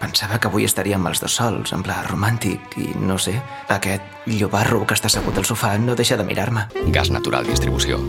Pensava que avui estaríem els dos sols, en pla romàntic, i no sé, aquest llobarro que està assegut al sofà no deixa de mirar-me. Gas Natural Distribució.